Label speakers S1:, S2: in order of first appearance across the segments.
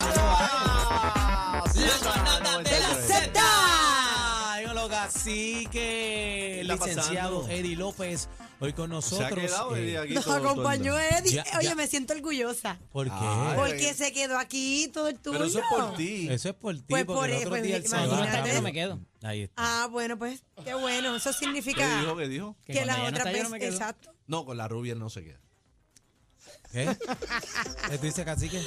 S1: Pues
S2: de la Z.
S1: Dímelo, cacique.
S2: está pasando?
S1: Licenciado Eddie López, hoy con
S3: Se ha
S1: nosotros.
S3: quedado
S1: Eh,
S3: Eddie aquí
S2: Nos
S3: todo- todo el
S2: acompañó
S3: día.
S2: Eddie.
S1: Ya,
S2: Oye,
S1: ya.
S2: me siento orgullosa.
S1: ¿Por qué?
S3: Ay.
S2: Porque se quedó aquí todo el tuyo.
S3: Pero eso es por ti.
S1: Eso es por ti,
S2: Pues por
S1: porque el
S2: eso,
S1: otro día él se
S2: imagínate.
S1: va.
S2: Pero me
S4: quedo.
S1: Ahí está.
S2: Ah, bueno, pues qué bueno. Eso
S3: ¿Qué
S2: significa
S3: dijo? ¿Qué dijo?
S2: que,
S4: cuando
S2: la
S4: ella no
S2: otra
S4: está, yo
S2: vez.
S4: no me quedo.
S2: exacto.
S3: No, con la rubia no se queda.
S1: ¿Qué? ¿Qué tú dices, cacique?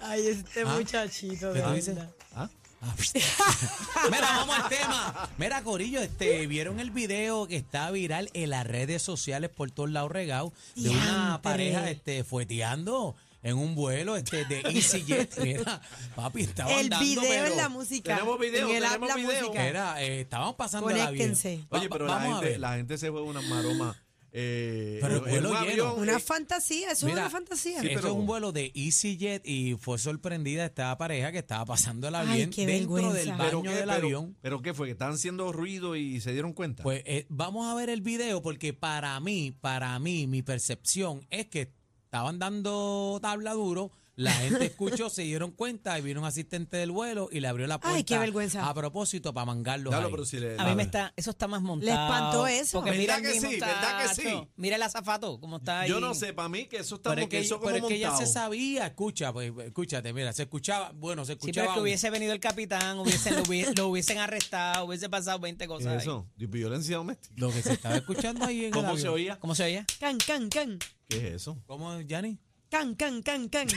S2: Ay, este muchachito.
S1: ¿Qué
S2: de
S1: tú
S2: verdad.
S1: dices? Ah, Mira, vamos al tema. Mira, Corillo, este, vieron el video que está viral en las redes sociales por todos lados regado de una
S2: Diantre.
S1: pareja este, fueteando en un vuelo este, de EasyJet. Mira, papi, estaban
S2: El
S1: dando,
S2: video
S1: pero-
S2: en la música.
S3: Tenemos video,
S2: En el app
S3: tenemos
S2: la
S3: video.
S2: música.
S1: Mira, eh, estaban pasando la vida.
S2: Conéctense.
S3: Oye, pero la
S1: vamos a
S3: gente,
S1: ver.
S3: la gente se fue una maroma. Eh,
S1: Pero el
S3: en
S1: vuelo
S3: un
S1: lleno.
S3: avión,
S2: Una
S3: eh,
S2: fantasía. Eso es
S1: Mira,
S2: una fantasía.
S1: Sí,
S3: pero-
S1: eso es un vuelo de EasyJet y fue sorprendida esta pareja que estaba pasándola
S2: Ay,
S1: bien
S2: qué
S1: dentro del
S2: vergüenza.
S1: baño
S3: ¿qué?
S1: del avión.
S3: eh, pero ¿qué fue? ¿Que estaban haciendo ruido y se dieron cuenta?
S1: Pues eh, vamos a ver el video porque para mí, para mí, mi percepción es que estaban dando tabla duro, la gente escuchó, se dieron cuenta y vino un asistente del vuelo y le abrió la puerta.
S2: Ay, qué vergüenza.
S1: A propósito, para mangarlos
S3: Dalo,
S1: ahí.
S3: pero si le-
S4: A mí me
S3: dale.
S4: está, eso está más montado.
S2: Le espantó eso.
S4: Porque mira
S3: ¿Verdad que
S4: el mismo
S3: sí? ¿Verdad que
S4: tacho.
S3: sí?
S4: Mira el azafato, cómo está ahí.
S3: Yo no sé, para mí que eso está
S1: Pero es
S3: como que
S1: que,
S3: eso como
S1: pero es que ya
S3: montado.
S1: se sabía, escucha, pues, escúchate, mira, se escuchaba, bueno, se
S4: Si
S1: escuchaba.
S4: que
S1: un-
S4: hubiese venido el capitán, hubiese, lo, hubiese, lo hubiesen arrestado, hubiese pasado 20
S3: ¿Qué es
S4: cosas. ahí.
S3: eso? ¿De ¿Violencia doméstica?
S1: Lo que se estaba escuchando ahí en el
S3: ¿Cómo
S1: avión.
S3: se oía?
S4: ¿Cómo se oía?
S2: Can, can, can.
S3: ¿Qué es eso?
S1: ¿Cómo, Yanni?
S2: Can, can, can, can.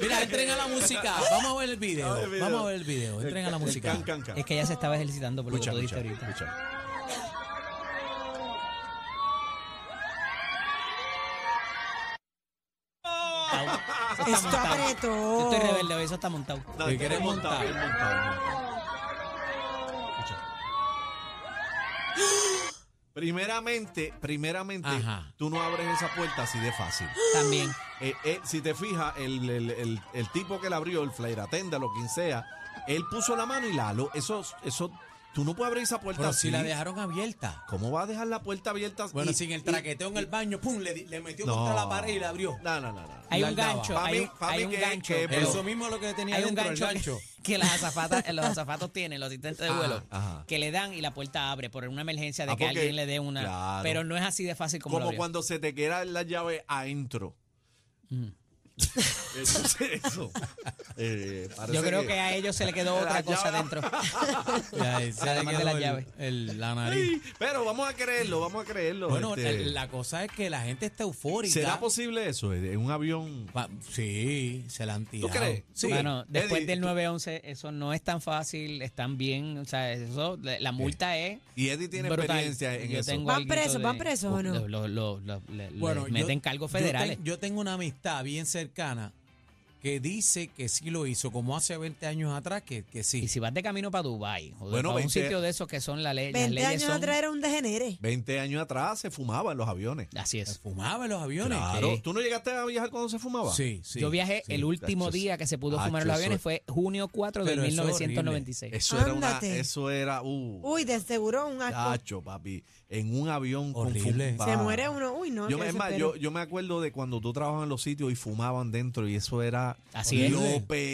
S1: Mira, entren a la música. Vamos a ver el video.
S3: Ay, mira.
S1: Vamos a ver el video. Entren a la
S3: El
S1: música.
S3: can, can, can.
S4: Es que ella se estaba ejercitando por lo que
S3: Escucha,
S4: tú dijiste
S3: escucha,
S4: ahorita.
S3: escucha.
S4: Eso está
S2: Esto
S4: montado. Yo
S2: apretó.
S4: estoy rebelde hoy, eso está montado.
S3: No,
S1: ¿Qué
S3: es que
S1: quieres
S3: es montado,
S1: montar?
S3: es montado. Escucha. Primeramente, primeramente,
S1: Ajá.
S3: tú no abres esa puerta así de fácil.
S4: También.
S3: Eh, eh, si te fijas, el, el- el- el tipo que la abrió, el flight attendant, lo quien sea, él puso la mano y la aló. Eso, eso, tú no puedes abrir esa puerta
S1: Pero
S3: así.
S1: si la dejaron abierta.
S3: ¿Cómo va a dejar la puerta abierta?
S1: Bueno,
S3: y-
S1: sin el
S3: y-
S1: traqueteo en el baño, pum, le, di- le metió
S3: No.
S1: contra la pared y la abrió.
S3: No, no, no. no.
S4: Hay
S1: La
S4: un
S1: daba.
S4: gancho,
S3: Pa'
S4: hay,
S3: mí-
S4: un-
S3: pa' mí
S4: hay un
S3: que-
S4: gancho.
S3: que-
S4: pero-
S1: Eso mismo es lo que tenía
S4: hay un
S1: dentro
S4: gancho
S1: el gancho.
S4: que, que las azafatas, los azafatos tienen, los asistentes de
S3: Ajá,
S4: vuelo,
S3: Ah, ajá.
S4: que le dan y la puerta abre por una emergencia de
S3: Ah,
S4: que
S3: porque-
S4: alguien le dé una.
S3: claro.
S4: Pero no es así de fácil como,
S3: Como
S4: lo abrió.
S3: cuando se te queda la llave adentro.
S4: Mm.
S3: eso es eso. Eh, parece
S4: Yo creo que a ellos se le quedó
S3: La
S4: otra cosa
S3: llave-
S4: dentro.
S1: Ya, ahí se le
S4: Además de
S1: quedó
S4: la
S1: el-
S4: llave.
S1: el- la nariz.
S3: Ay, Pero vamos a creerlo, vamos a creerlo.
S1: Bueno,
S3: este.
S1: el- la cosa es que la gente está eufórica.
S3: ¿Será posible eso? En un avión.
S1: Pa- Sí, se la han tirado.
S3: crees? Sí.
S4: Bueno, después
S3: Eddie,
S4: del
S3: tú-
S4: 9-11, eso no es tan fácil, están bien, o sea, eso, la la multa es...
S3: Y Eddie tiene
S4: brutal.
S3: experiencia en
S4: Yo
S3: eso.
S4: tengo
S2: ¿Van
S4: alguito
S2: presos,
S4: de-
S2: van presos o no?
S4: lo- lo- lo- lo- le- le
S1: yo-
S4: meten cargos
S1: yo
S4: federales.
S1: ten- Yo, tengo una amistad bien cercana que dice que sí lo hizo, como hace 20 años atrás, que, que sí.
S4: Y si vas de camino para Dubái, o de-
S3: Bueno,
S4: para un
S3: 20
S4: sitio de esos que son la ley, las
S2: 20
S4: leyes
S2: años
S4: son...
S2: atrás era un degenere.
S3: 20 años atrás se fumaba en los aviones.
S4: Así
S1: Se
S4: es.
S1: fumaba en los aviones.
S3: Claro.
S4: Sí.
S3: ¿Tú no llegaste a viajar cuando se fumaba?
S1: Sí, sí.
S4: eh. Yo viajé
S3: sí,
S4: el último
S3: tacho,
S4: día que se pudo
S3: tacho,
S4: fumar en los
S3: eso
S4: aviones
S3: es-
S4: fue junio 4 de
S1: Pero eso es
S4: 1996.
S3: Eso era una.
S2: Ándate.
S3: Eso era. Uh,
S2: Uy, de seguro un asco.
S3: tacho, papi. En un avión con
S1: Horrible.
S3: fumaba.
S2: Se muere uno. Uy, no.
S3: Yo
S2: qué
S3: me, es más,
S2: desespero.
S3: yo, yo me acuerdo de cuando tú trabajabas en los sitios y fumaban dentro y eso era era
S4: Así es.
S3: lo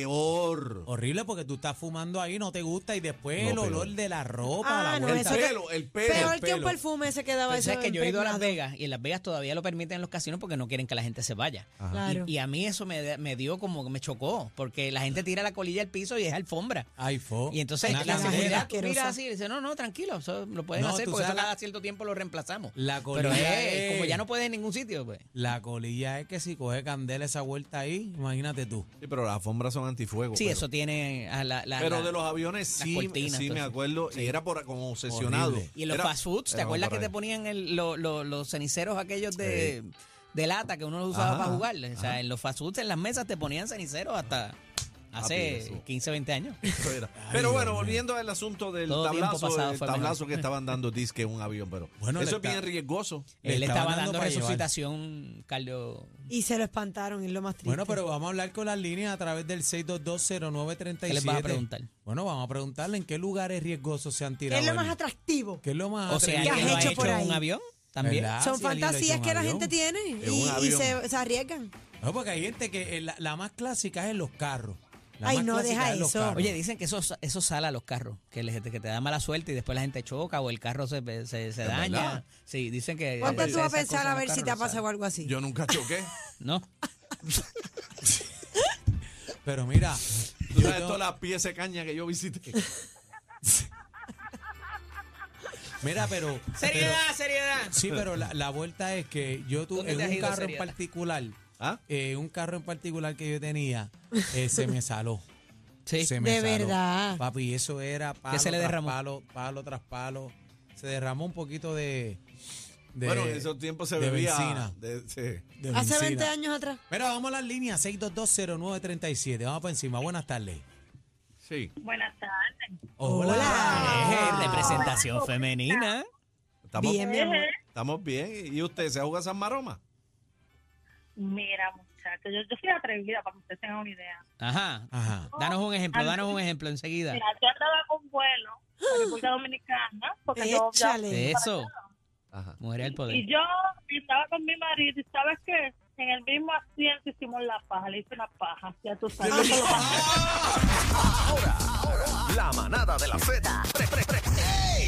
S3: peor.
S1: Horrible porque tú estás fumando ahí, no te gusta y después el
S3: No, peor.
S1: olor de la ropa,
S2: Ah,
S1: la
S2: no,
S1: vuelta.
S3: el,
S2: eso
S3: pelo, el pelo,
S2: Peor
S3: el
S2: que un
S3: pelo.
S2: perfume se quedaba
S4: Pero
S2: eso.
S4: sabes que yo he ido a Las
S2: impregnado.
S4: Vegas y en Las Vegas todavía lo permiten en los casinos porque no quieren que la gente se vaya.
S3: Ajá.
S2: Claro.
S4: Y, y a mí eso me, da- me dio como que me chocó porque la gente tira la colilla al piso y es alfombra.
S1: Ay, fo.
S4: Y entonces
S1: Ah, Una
S4: la
S2: cajera.
S4: seguridad
S1: cajera.
S4: tú miras
S2: Asquerosa.
S4: así y dice, no, no, tranquilo, eso lo pueden
S1: No,
S4: hacer
S1: tú
S4: porque eso
S1: sabes la-
S4: cada cierto tiempo lo reemplazamos.
S1: La
S4: Pero
S1: colilla
S4: eh,
S1: es-
S4: como ya no puedes en ningún sitio, pues.
S1: La colilla es que si coge candela esa vuelta ahí, imagínate tú.
S3: Sí, pero las alfombras son antifuego.
S4: Sí,
S3: pero-
S4: eso tiene a la, la-
S3: Pero
S4: la-
S3: de los aviones
S4: las
S3: sí,
S4: cortinas,
S3: sí me
S4: entonces.
S3: acuerdo. Y era por, como obsesionado.
S1: Horrible.
S4: Y en los
S3: Era-
S4: fast foods, ¿te
S3: era
S4: acuerdas que
S3: para
S4: te ponían el- lo- lo- los ceniceros aquellos de, de lata que uno los usaba
S3: Ajá,
S4: para jugar? O sea, en los fast foods, en las mesas te ponían ceniceros hasta hace
S3: eso.
S4: 15, 20 años.
S3: Eso era. Pero bueno, volviendo al asunto del
S4: Todo tiempo pasado
S3: tablazo, el
S4: fue mejor.
S3: tablazo que estaban dando disque en un avión, pero
S1: Bueno,
S3: eso
S1: le
S3: es bien
S1: está-
S3: riesgoso.
S1: Le
S4: Él
S1: estaban
S4: estaba
S1: dando
S4: dando
S1: para llevar.
S4: resucitación cardio.
S2: Y se lo espantaron, es lo más triste.
S1: Bueno, pero vamos a hablar con las líneas a través del 6220937.
S4: ¿Qué les vas a preguntar?
S1: Bueno, vamos a preguntarle en qué lugares riesgosos se han
S2: ¿Qué
S1: tirado.
S2: es lo más
S1: allí.
S2: atractivo?
S1: Ah, ¿Qué es lo más
S4: O sea,
S2: ¿qué has
S4: ¿alguien
S1: atractivo?
S4: lo ha
S2: hecho
S4: hecho
S2: por
S4: en un
S2: ahí?
S4: avión también?
S1: ¿Verdad?
S2: Son
S1: si alguien lo ha hecho
S2: fantasías
S1: en
S2: que la
S1: avión.
S2: gente tiene
S3: En un
S2: y, y
S3: avión.
S2: se, se arriesgan.
S1: No, porque hay gente que eh, la, la más clásica es en los carros. La
S2: Ay,
S1: más
S2: no,
S1: clásica
S2: deja
S1: es en los
S2: eso.
S1: carros.
S4: Oye, dicen que eso, eso sale a los carros, que, les- que te da mala suerte y después la gente choca o el carro se, se, se daña.
S3: verdad?
S4: Sí, dicen que...
S2: Ponte
S4: esas
S2: tú a
S4: cosas
S2: pensar a
S4: en los
S2: ver si te ha
S4: carros,
S2: pasado
S4: ¿sabes?
S2: algo así.
S3: Yo nunca choqué.
S4: No.
S1: pero mira,
S3: Tú sabes todas las piezas de caña que yo visité.
S1: mira, pero.
S4: Seriedad, seriedad.
S1: pero- sí, pero la, la vuelta es que yo tuve
S4: ¿Dónde te
S1: en
S4: has
S1: un
S4: ido,
S1: carro en
S4: seriedad?
S1: particular,
S3: ¿Ah?
S1: eh, un carro en particular que yo tenía, eh, se me saló.
S4: Sí.
S1: Se me
S2: de
S1: saló.
S2: verdad.
S1: Papi, eso era palo
S4: se le
S1: tras
S4: derramó?
S1: palo, palo tras palo. Se derramó un poquito de. de-
S3: bueno, en esos tiempos se
S1: de
S3: bebía.
S1: benzina.
S3: de- sí.
S1: de
S2: Hace 20
S1: benzina.
S2: años atrás.
S1: Mira, vamos a las líneas 6220937. Vamos para encima. Buenas tardes.
S3: Sí,
S5: Buenas tardes.
S1: Hola.
S4: Eh, representación femenina.
S3: estamos
S2: Bien, mi amor.
S3: Estamos bien. ¿Y usted se juega San Maroma?
S5: Mira, muchachos, yo, yo soy atrevida para que ustedes tengan una idea.
S4: Ajá.
S1: Ajá.
S4: Danos un ejemplo, danos un ejemplo enseguida.
S5: Mira, yo andaba con vuelo a República Dominicana porque yo
S2: Échale.
S4: De eso,
S3: Ajá.
S4: mujer al
S5: y
S4: poder.
S5: yo estaba con mi marido y sabes qué, en el mismo asiento hicimos la paja, le hice una paja, ya tú sabes. eso es lo más-
S6: La manada de la Z pre- pre- pre-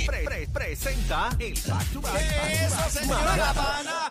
S6: pre- pre- presenta el Back to Back. Back to Back.
S3: ¡Eso, señora Habana!